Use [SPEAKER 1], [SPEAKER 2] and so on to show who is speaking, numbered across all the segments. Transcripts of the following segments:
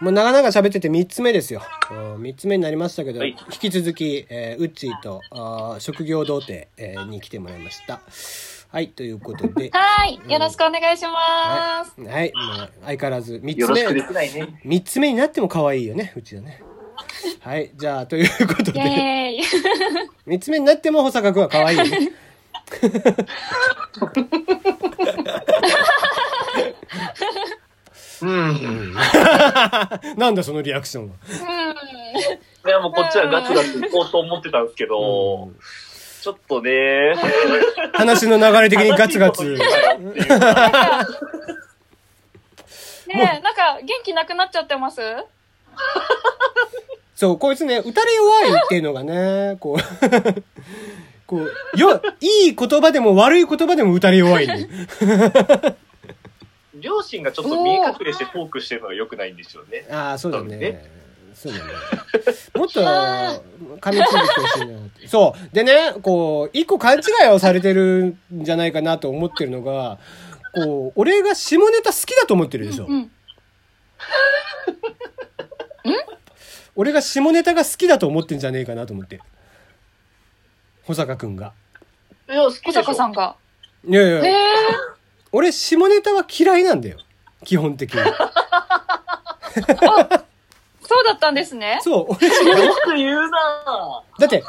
[SPEAKER 1] もう長々喋ってて3つ目ですよ。うん3つ目になりましたけど、
[SPEAKER 2] はい
[SPEAKER 1] 引き続き、えー、ウッチーとあー職業童貞、えーに来てもらいました。はい、ということで。
[SPEAKER 3] はい。よろしくお願いしま
[SPEAKER 1] は
[SPEAKER 3] す。
[SPEAKER 1] い、はい、もう相変わらず3
[SPEAKER 2] よ
[SPEAKER 1] つ
[SPEAKER 2] ろしくで
[SPEAKER 1] 目、
[SPEAKER 2] きないね。
[SPEAKER 1] 三つ目になっても可愛いよね、うちだね。はい、じゃあ、ということ
[SPEAKER 3] イ
[SPEAKER 1] で、
[SPEAKER 3] ェーイ。
[SPEAKER 1] 3つ目になっても保坂くんは可愛いよね。
[SPEAKER 2] うん。
[SPEAKER 1] なんだそのリアクションは。
[SPEAKER 2] いや、もうこっちはガツガツ行こうと思ってたんですけど、ちょっとね、
[SPEAKER 1] 話の流れ的にガツガ ツ。
[SPEAKER 3] うん。ねえ、なんか元気なくなっちゃってます
[SPEAKER 1] そう、こいつね、打たれ弱いっていうのがね、こう、 こう、よ、いい言葉でも悪い言葉でも打たれ弱い ね、
[SPEAKER 2] 両親がちょっと見え隠れしてトークしてるのが良くないんですよね。
[SPEAKER 1] ああ、そうだね
[SPEAKER 2] え。
[SPEAKER 1] そうだね。もっと、噛みついてきてほしいな。そう。でね、こう、一個勘違いをされてるんじゃないかなと思ってるのが、こう、俺が下ネタ好きだと思ってるでしょ。
[SPEAKER 3] うん。
[SPEAKER 1] 俺が下ネタが好きだと思ってんじゃねえかなと思って。保坂くんが。
[SPEAKER 2] いや、好き
[SPEAKER 3] 小
[SPEAKER 2] でしょ。
[SPEAKER 3] 坂さんが。
[SPEAKER 1] いやい
[SPEAKER 3] へ
[SPEAKER 1] や、
[SPEAKER 3] え。
[SPEAKER 1] 俺下ネタは嫌いなんだよ。基本的に。
[SPEAKER 3] そうだったんですね。
[SPEAKER 1] そう、俺
[SPEAKER 2] よく言うなぁ。
[SPEAKER 1] だって、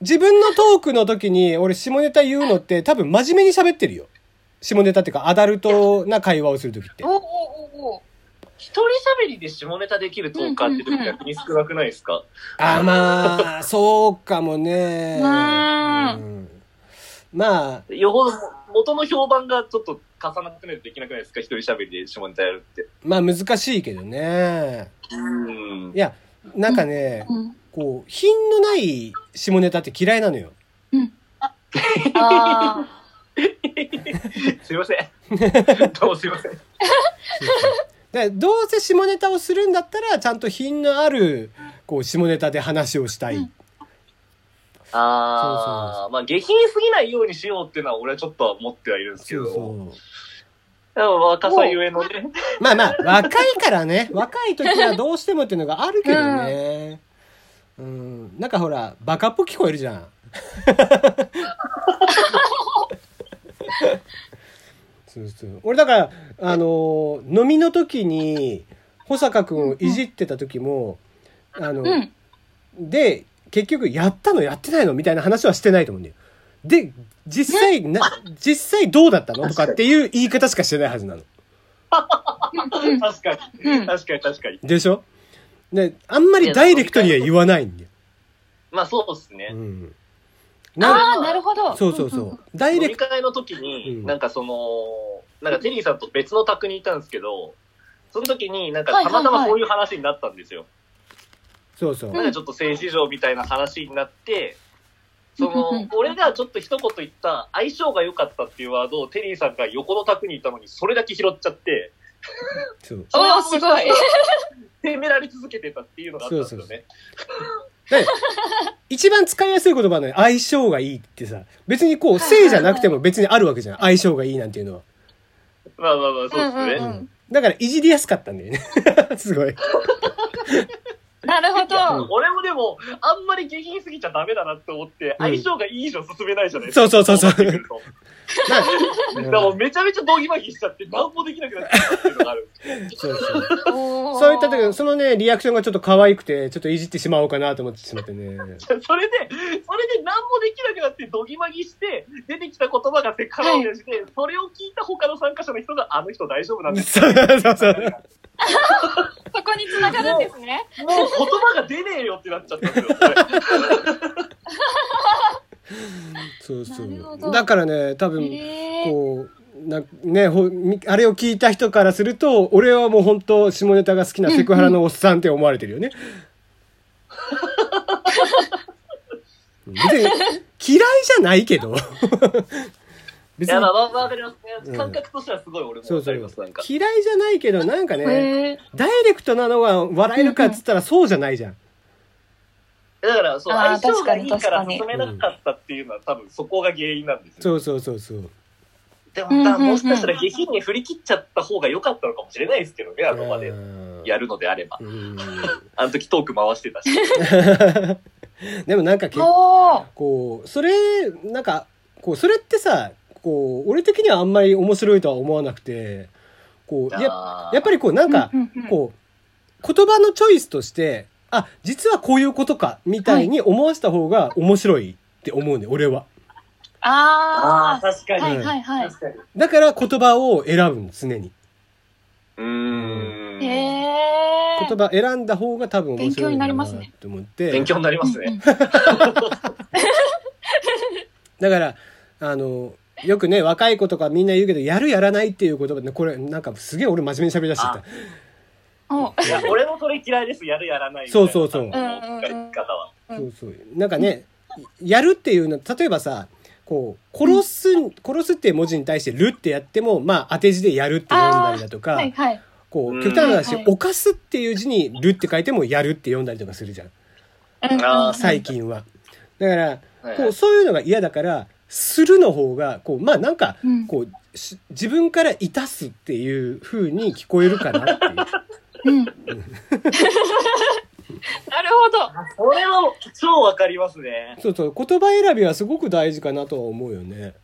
[SPEAKER 1] 自分のトークの時に俺下ネタ言うのって多分真面目に喋ってるよ。下ネタっていうかアダルトな会話をする時って。
[SPEAKER 3] おおおお。
[SPEAKER 2] 一人喋りで下ネタできるトーカーって逆に少なくないですか、
[SPEAKER 1] あーまあ、そうかもね。
[SPEAKER 3] まあ
[SPEAKER 1] うんまあ、
[SPEAKER 2] よほど元の評判がちょっと重なってないとできなくないですか一人喋りで下ネタやるって。
[SPEAKER 1] まあ難しいけどね。
[SPEAKER 2] うん
[SPEAKER 1] い。や、なんかね、
[SPEAKER 3] うん。
[SPEAKER 1] こう、品のない下ネタって嫌いなのよ。
[SPEAKER 3] ああ。
[SPEAKER 2] す いません。どうもすいません。
[SPEAKER 1] だからどうせ下ネタをするんだったら、ちゃんと品のある、こう、下ネタで話をしたい。
[SPEAKER 3] うん
[SPEAKER 1] そうそう
[SPEAKER 2] ああ、まあ下品すぎないようにしようっていうのは俺はちょっとは思ってはいるんですけ
[SPEAKER 1] そ
[SPEAKER 2] ど。
[SPEAKER 1] うそう。
[SPEAKER 2] でも若さゆえのね。
[SPEAKER 1] まあまあ、若いからね。 若い時はどうしてもっていうのがあるけどね。うん。なんかほら、バカっぽく聞こえるじゃ ん。そうそう。俺だから、あのー飲みの時に、保坂くんをいじってた時も、あ の、
[SPEAKER 3] うん。
[SPEAKER 1] で、結局、やったのやってないのみたいな話はしてないと思うんだよ。で、実際、な、実際どうだったのとかっていう言い方しかしてないはずなの。
[SPEAKER 3] うん
[SPEAKER 2] 確か
[SPEAKER 3] うん
[SPEAKER 2] に。確かに確かに。
[SPEAKER 1] でしょね、あんまりダイレクトには言わないんだよ。
[SPEAKER 2] まあそうですね
[SPEAKER 1] う。ん。な
[SPEAKER 3] ああ、なるほど。
[SPEAKER 1] そうそうそう。ダイ
[SPEAKER 2] 飲
[SPEAKER 1] レ
[SPEAKER 2] み
[SPEAKER 1] クト。
[SPEAKER 2] 会の時
[SPEAKER 1] うん
[SPEAKER 2] に、なんかその、なんかテリーさんと別の宅にいたんですけど、その時になんか
[SPEAKER 3] はい
[SPEAKER 2] た
[SPEAKER 3] はい
[SPEAKER 2] ま
[SPEAKER 3] はい
[SPEAKER 2] たまこういう話になったんですよ。
[SPEAKER 1] そうそう。
[SPEAKER 2] なんかちょっと政治上みたいな話になって、そ
[SPEAKER 3] うんうんう
[SPEAKER 2] の
[SPEAKER 3] ん、
[SPEAKER 2] 俺がちょっと一言言った相性が良かったっていうワードをテリーさんが横の宅にいたのにそれだけ拾っちゃって、
[SPEAKER 1] そう。
[SPEAKER 3] おーすごい。
[SPEAKER 2] 責められ続けてたっていうのがあったんですよ
[SPEAKER 1] そう
[SPEAKER 2] ね。
[SPEAKER 1] で、一番使いやすい言葉ね、相性がいいってさ、別にこう、性じゃなくても別にあるわけじゃん。相性がいいなんていうのは。
[SPEAKER 2] まあまあまあ、そうですね。
[SPEAKER 3] うん
[SPEAKER 1] うんだから、いじりやすかったんだよね。 すごい。
[SPEAKER 3] なるほ
[SPEAKER 1] うん
[SPEAKER 3] ど。
[SPEAKER 2] 俺もでも、あんまり下品すぎちゃダメだなって思って、相性がいい以上進めないじゃないですか。
[SPEAKER 1] そうそうそうそう
[SPEAKER 2] なってくるとだからもうめちゃめちゃドギマギしちゃって、なんもできなくなっちゃうっていうのがある。
[SPEAKER 1] そうそう。
[SPEAKER 3] おー
[SPEAKER 1] そういった時、そのね、リアクションがちょっと可愛くて、ちょっといじってしまおうかなと思ってしまってね。
[SPEAKER 2] それで、それでなんもできなくなってドギマギして、出てきた言葉がセカラオケして、それを聞いた他の参加者の人が、あの人大丈 夫なんです
[SPEAKER 1] そうそうそう。
[SPEAKER 3] そこに繋がるんですね。
[SPEAKER 2] もう言葉が出ねえよってなっちゃったんです よ、これ。
[SPEAKER 1] そうそ
[SPEAKER 3] なるほど
[SPEAKER 1] う。だからね、多分、
[SPEAKER 3] へー
[SPEAKER 1] こう、なね、ほみあれを聞いた人からすると、俺はもう本当、下ネタが好きなセクハラのおっさんって思われてるよね。別に嫌いじゃないけど。
[SPEAKER 2] い
[SPEAKER 1] 別
[SPEAKER 2] や、
[SPEAKER 1] に
[SPEAKER 2] ま、あ、わわかります
[SPEAKER 1] うん
[SPEAKER 2] ね。感覚としてはすごい俺も
[SPEAKER 1] そう
[SPEAKER 2] わ
[SPEAKER 1] そ
[SPEAKER 2] かり
[SPEAKER 1] う
[SPEAKER 2] ます、なんか。。
[SPEAKER 1] 嫌いじゃないけど、なんかね、
[SPEAKER 3] へー
[SPEAKER 1] ダイレクトなのが笑えるかっつったらそうじゃないじゃん。
[SPEAKER 2] だから、そう、
[SPEAKER 3] あ
[SPEAKER 2] 相
[SPEAKER 3] ー
[SPEAKER 2] 性がいい
[SPEAKER 3] 確
[SPEAKER 2] か
[SPEAKER 3] からに
[SPEAKER 2] 進めなかったっていうのは多分そこが原因なんですよ。
[SPEAKER 1] そうそうそうそう。
[SPEAKER 2] でも
[SPEAKER 3] うんうんう、ん
[SPEAKER 2] もしかしたら下品に振り切っちゃった方が良かったのかもしれないですけどね、あの場で
[SPEAKER 1] う。ん
[SPEAKER 2] やるのであれば。
[SPEAKER 1] うん
[SPEAKER 2] あの時トーク回してたし。
[SPEAKER 1] でもなんか結構
[SPEAKER 3] おー
[SPEAKER 1] こうそれなんかこうそれってさこう俺的にはあんまり面白いとは思わなくてこうややっぱ
[SPEAKER 2] り、
[SPEAKER 1] りこうなんか、
[SPEAKER 3] うんうんうん
[SPEAKER 1] こう言葉のチョイスとしてあ実はこういうことかみたいに思わせた方が面白いって思うね俺は
[SPEAKER 2] あ
[SPEAKER 3] あ
[SPEAKER 2] あ、確か
[SPEAKER 3] あ、
[SPEAKER 2] に。
[SPEAKER 3] はいはいはい。
[SPEAKER 2] 確かに。
[SPEAKER 1] だから言葉を選ぶの常に
[SPEAKER 2] うーん。
[SPEAKER 3] へえ。
[SPEAKER 1] 言葉選んだ方が多分面白い
[SPEAKER 3] 勉強
[SPEAKER 1] ん
[SPEAKER 3] に
[SPEAKER 1] だ
[SPEAKER 3] な
[SPEAKER 1] ろ
[SPEAKER 3] り
[SPEAKER 1] う
[SPEAKER 3] ま
[SPEAKER 1] な
[SPEAKER 3] す
[SPEAKER 1] っ
[SPEAKER 3] ね
[SPEAKER 1] て思って
[SPEAKER 2] 勉強になります
[SPEAKER 3] うんう
[SPEAKER 2] ね。
[SPEAKER 3] ん
[SPEAKER 1] だからあのよくね若い子とかみんな言うけどやるやらないっていう言葉でこれなんかすげえ俺真面目に喋り出しちゃった
[SPEAKER 3] お
[SPEAKER 2] いや、俺もそれ嫌いです。やるやらないみたいな。
[SPEAKER 1] そうそうそう
[SPEAKER 2] あの使い方は。
[SPEAKER 3] うん
[SPEAKER 1] そうそうなんかね、やるっていうの例えばさこう殺す、殺すっていう文字に対して「る」ってやってもまあ当て字で「やる」って読んだりだとか、
[SPEAKER 3] はいはい。
[SPEAKER 1] こ
[SPEAKER 2] う
[SPEAKER 1] うん極端な話
[SPEAKER 3] は
[SPEAKER 1] 「
[SPEAKER 3] い
[SPEAKER 1] 犯す」っていう字に「る」って書いても「やる」って読んだりとかするじゃん
[SPEAKER 3] うんうん
[SPEAKER 2] あー
[SPEAKER 1] 最近は。だから
[SPEAKER 2] はい
[SPEAKER 1] こうそういうのが嫌だから「する」の方がこうまあなんか
[SPEAKER 3] うん
[SPEAKER 1] こうし自分から「いたす」っていう風に聞こえるかな っていう。
[SPEAKER 3] うん。なるほど。
[SPEAKER 2] それは超わかりますね。
[SPEAKER 1] そうそう言葉選びはすごく大事かなとは思うよね。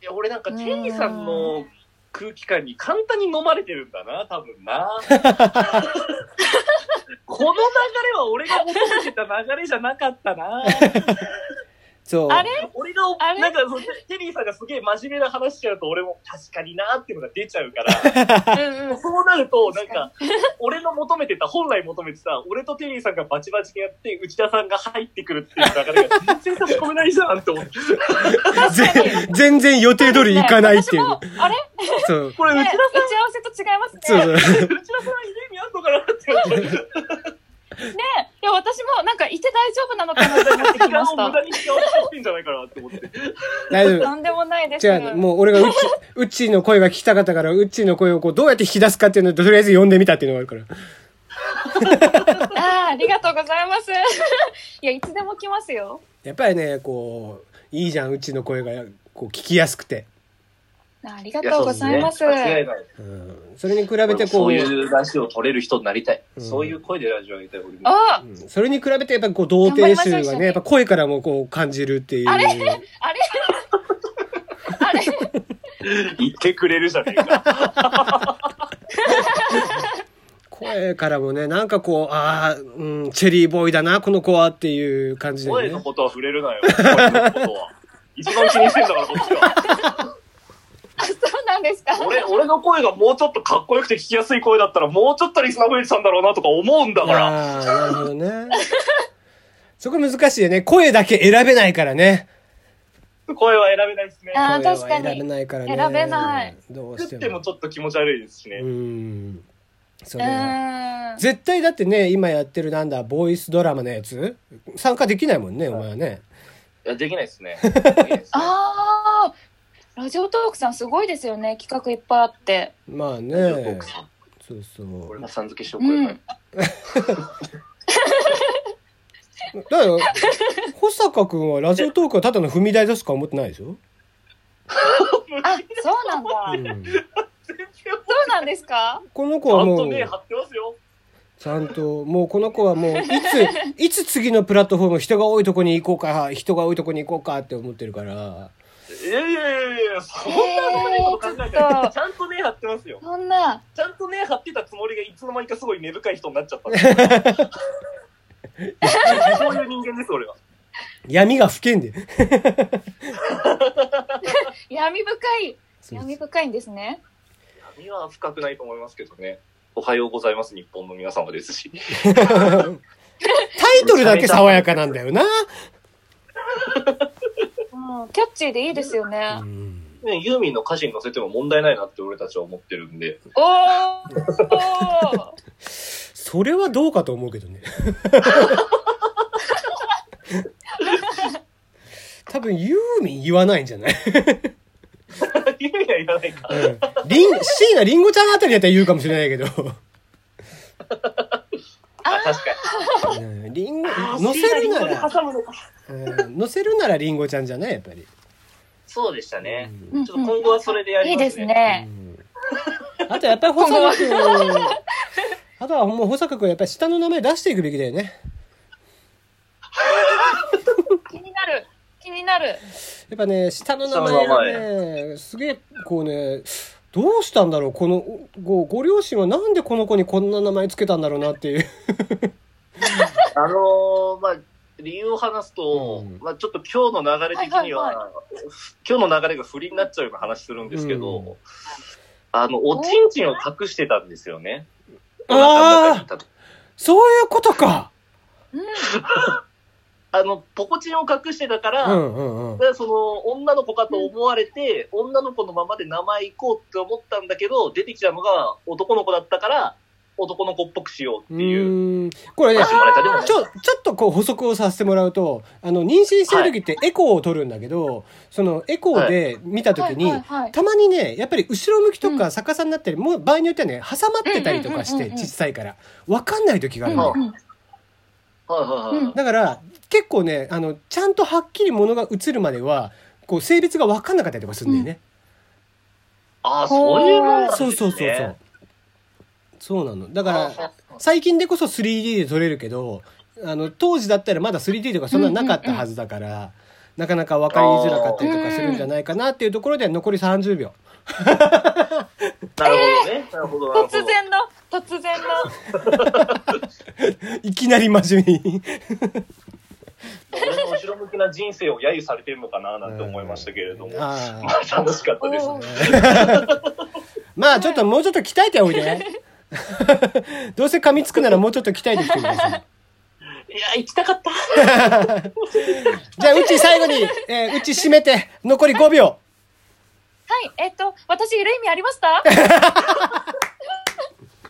[SPEAKER 2] いや、俺なんか、ケイさんの空気感に簡単に飲まれてるんだな、多分 な。この流れは俺が求めてた流れじゃなかったな。
[SPEAKER 1] そう
[SPEAKER 3] あれ
[SPEAKER 2] 俺が、
[SPEAKER 3] あれ
[SPEAKER 2] なんかその、テリーさんがすげえ真面目な話しちゃうと、俺も確かになーっていうのが出ちゃうから、
[SPEAKER 3] うんうん。
[SPEAKER 2] そうなると、なんか、俺の求めてた、本来求めてた、俺とテリーさんがバチバチでやって、内田さんが入ってくるっていう流れが、全然差し込めないじゃんって思って、
[SPEAKER 1] ぜ全然予定通り行かないっていう。
[SPEAKER 3] 私もあれ
[SPEAKER 1] そう。
[SPEAKER 2] これ
[SPEAKER 3] ね
[SPEAKER 2] 内
[SPEAKER 3] 打
[SPEAKER 2] 田
[SPEAKER 3] ち
[SPEAKER 2] さ
[SPEAKER 3] 合
[SPEAKER 2] ん
[SPEAKER 3] わせと違いますね。
[SPEAKER 1] そうそう。
[SPEAKER 2] 内田さん家にあんのかなって思って。
[SPEAKER 3] ねいや、私もなんかいて大丈夫なのかなってなってきま
[SPEAKER 2] 時
[SPEAKER 3] し
[SPEAKER 2] 間を無
[SPEAKER 3] た。
[SPEAKER 2] 駄に使わせちゃってんじゃないかなって思って。
[SPEAKER 1] 大 丈
[SPEAKER 3] なんでもないです。
[SPEAKER 1] 夫。違う、もう俺 がウッチ、ウッチーの声が聞きたかったから、ウッチーの声をこう、どうやって引き出すかっていうのをとりあえず読んでみたっていうのがあるから。
[SPEAKER 3] ああ、ありがとうございます。いや、いつでも来ますよ。
[SPEAKER 1] やっぱりね、こう、いいじゃん、ウッチーの声が、こう、聞きやすくて。
[SPEAKER 3] あありがとうございます。
[SPEAKER 2] 間違いない。
[SPEAKER 1] うん。それに比べてこ、
[SPEAKER 2] そうういうラジオを取れる人になりたい。
[SPEAKER 1] うん
[SPEAKER 2] そういう声でラジオやりたい。俺も
[SPEAKER 3] あ
[SPEAKER 1] うんそれに比べてやっぱこう、童貞集
[SPEAKER 3] 頑張りましょう
[SPEAKER 1] が
[SPEAKER 3] 一緒
[SPEAKER 1] ね、
[SPEAKER 3] に
[SPEAKER 1] やっぱ声からもこう、感じるっていう。
[SPEAKER 3] あれ あれあれ
[SPEAKER 2] 言ってくれるじゃねえか。
[SPEAKER 1] 声からもね、なんかこう、ああ、うん、チェリーボーイだな、この子はっていう感じだよ
[SPEAKER 2] 声
[SPEAKER 1] ね
[SPEAKER 2] の。ことは触れるなよ。声のことは。一番気にしてんだから、こっちは。
[SPEAKER 3] あそうなんですか
[SPEAKER 2] 俺、俺の声がもうちょっとかっこよくて聞きやすい声だったら、もうちょっとリスナー増えてたんだろうなとか思うんだから。
[SPEAKER 1] ああ、なるほどね。 そこ難しいよね。声だけ選べないからね。
[SPEAKER 2] 声は選べないですね。
[SPEAKER 3] あー
[SPEAKER 1] 声は
[SPEAKER 3] 確かに
[SPEAKER 1] 選べないからね。
[SPEAKER 3] 選べない。
[SPEAKER 1] どう
[SPEAKER 2] 作
[SPEAKER 1] し
[SPEAKER 2] って
[SPEAKER 1] ても。
[SPEAKER 2] もちょっと気持ち悪いですしね
[SPEAKER 1] う。ん。そうれは。
[SPEAKER 3] ーん。
[SPEAKER 1] 絶対だってね、今やってるなんだ、ボイスドラマのやつ参加できないもんね、お前はね。
[SPEAKER 2] いや、できないですね。できないですね
[SPEAKER 3] ああ、ラジオトークさんすごいですよね。企画いっぱいあって。
[SPEAKER 1] まあ
[SPEAKER 2] ちょっと
[SPEAKER 1] ね
[SPEAKER 2] 奥。さん
[SPEAKER 1] そうそう
[SPEAKER 2] 俺。もさん付けしよう
[SPEAKER 3] う
[SPEAKER 2] これ
[SPEAKER 3] ん。
[SPEAKER 1] だから、 保坂くんはラジオトークはただの踏み台出すか思ってないでしょ
[SPEAKER 3] あ、そうなんだ。
[SPEAKER 1] う
[SPEAKER 3] そ
[SPEAKER 1] ん。
[SPEAKER 2] 全然
[SPEAKER 3] うなんですか
[SPEAKER 1] この
[SPEAKER 2] ち
[SPEAKER 1] 子
[SPEAKER 2] ゃ
[SPEAKER 1] は
[SPEAKER 2] ん
[SPEAKER 1] も
[SPEAKER 2] と
[SPEAKER 1] う、
[SPEAKER 2] ね、張ってますよ。
[SPEAKER 1] ちゃんと、もうこの子はもう、いつ、いつ次のプラットフォーム、人が多いとこに行こうか、人が多いとこに行こうかって思ってるから、
[SPEAKER 2] いやいやいやいや、そんなことないこと考えて
[SPEAKER 3] えーちょ
[SPEAKER 2] ない。
[SPEAKER 3] っと
[SPEAKER 2] ちゃんとね、張ってますよ。
[SPEAKER 3] そんな。
[SPEAKER 2] ちゃんとね、張ってたつもりがいつの間にかすごい根深い人になっちゃ った。そういう人間です、俺は。
[SPEAKER 1] 闇が吹けんで。
[SPEAKER 3] 闇深い。闇深いんですね。
[SPEAKER 2] 闇は深くないと思いますけどね。おはようございます、日本の皆様ですし。
[SPEAKER 1] タイトルだけ爽やかなんだよな。
[SPEAKER 3] うん。キャッチーでいいですよね
[SPEAKER 1] う。ん
[SPEAKER 2] ね、ユーミンの歌詞に載せても問題ないなって俺たちは思ってるんで。
[SPEAKER 3] おーおー
[SPEAKER 1] それはどうかと思うけ どね。多分ユーミン言わないんじゃない、
[SPEAKER 2] ユーミンは言わないか。
[SPEAKER 1] うん、リン椎名林檎ちゃんあたりだったら言うかもしれないけど。
[SPEAKER 2] あ確かに。
[SPEAKER 1] うんリンゴ、乗せるなら、
[SPEAKER 2] 挟むのか。
[SPEAKER 1] うん乗せるならリンゴちゃんじゃないやっぱり。
[SPEAKER 2] そうでしたね。
[SPEAKER 1] うん
[SPEAKER 3] うん
[SPEAKER 2] ちょっと今後はそれでや
[SPEAKER 3] い
[SPEAKER 2] り
[SPEAKER 3] い
[SPEAKER 2] ますね。
[SPEAKER 3] ですね。
[SPEAKER 1] あとやっぱり細野君、あとはもう保坂君はやっぱり下の名前出していくべきだよね。
[SPEAKER 3] 気になる。気になる。
[SPEAKER 1] やっぱね、下の名前がね、すげえ、こうね、どうしたんだろうこのご、ご両親はなんでこの子にこんな名前つけたんだろうなっていう。
[SPEAKER 2] あのーまあ、理由を話すと、
[SPEAKER 1] うん
[SPEAKER 2] まあ、ちょっと今日の流れ的には、
[SPEAKER 3] はいは
[SPEAKER 2] 今日の流れが不利になっちゃうような話するんですけど、
[SPEAKER 1] うん
[SPEAKER 2] あの、おちんちんを隠してたんですよね。お腹の中に
[SPEAKER 1] ああ
[SPEAKER 2] いたと
[SPEAKER 1] そういうことか
[SPEAKER 3] うん。
[SPEAKER 2] あの、ポコチンを隠してたか
[SPEAKER 1] う
[SPEAKER 2] ら、
[SPEAKER 1] んうんうん。
[SPEAKER 2] でその女の子かと思われて、女の子のままで名前行こうって思ったんだけど、出てきたのが男の子だったから、男の子っぽくしよう
[SPEAKER 1] う
[SPEAKER 2] っていう。
[SPEAKER 1] ーん。これね、
[SPEAKER 2] 下ネタでもない
[SPEAKER 1] ちょ、ちょっとこう補足をさせてもらうと、あの、妊娠してる時ってエコーを取るんだけど、そのエコーで見た時に、
[SPEAKER 3] はいはいはい
[SPEAKER 1] たまにね、やっぱり後ろ向きと
[SPEAKER 3] う
[SPEAKER 1] か逆さになったり、もう場合によってはね、挟まってたりとかし
[SPEAKER 3] うんうんうん
[SPEAKER 1] て、
[SPEAKER 3] うんうん
[SPEAKER 1] 小さいから。わかんない時があるのよ
[SPEAKER 2] うんはいはいはい。
[SPEAKER 3] うん
[SPEAKER 1] だから、結構ね、あの、ちゃんとはっきり物が映るまでは、こう、性別がわかんなかったりとかするんだよね。
[SPEAKER 2] ああ、そういうもんなんです
[SPEAKER 1] そ
[SPEAKER 2] ね。
[SPEAKER 1] うそうそうそう。そうなの。だから、
[SPEAKER 2] あ
[SPEAKER 1] 最近でこそ 3D で撮れるけどあの当時だったらまだ 3D とかそんななかったはずだから、なかなか分かりづらかったりとかするんじゃないかなっていうところで残り30秒
[SPEAKER 2] なるほどね。なるほど、なるほ
[SPEAKER 3] 突
[SPEAKER 2] ど。
[SPEAKER 3] 然の、突然の。
[SPEAKER 1] いきなり真面目に
[SPEAKER 2] 俺の後ろ向きな人生を揶揄されてるのかななんて思いましたけれども。ま
[SPEAKER 1] ああ
[SPEAKER 2] あ、楽しかったです
[SPEAKER 3] お
[SPEAKER 2] ね。
[SPEAKER 3] ー
[SPEAKER 1] まあちょっともうちょっと鍛えておいてどうせ噛みつくならもうちょっと鍛えてきてください
[SPEAKER 2] いや、行きたかった。
[SPEAKER 1] じゃあうち最後に、えーうち締めて残り5秒
[SPEAKER 3] はい、えっと、私いる意味ありました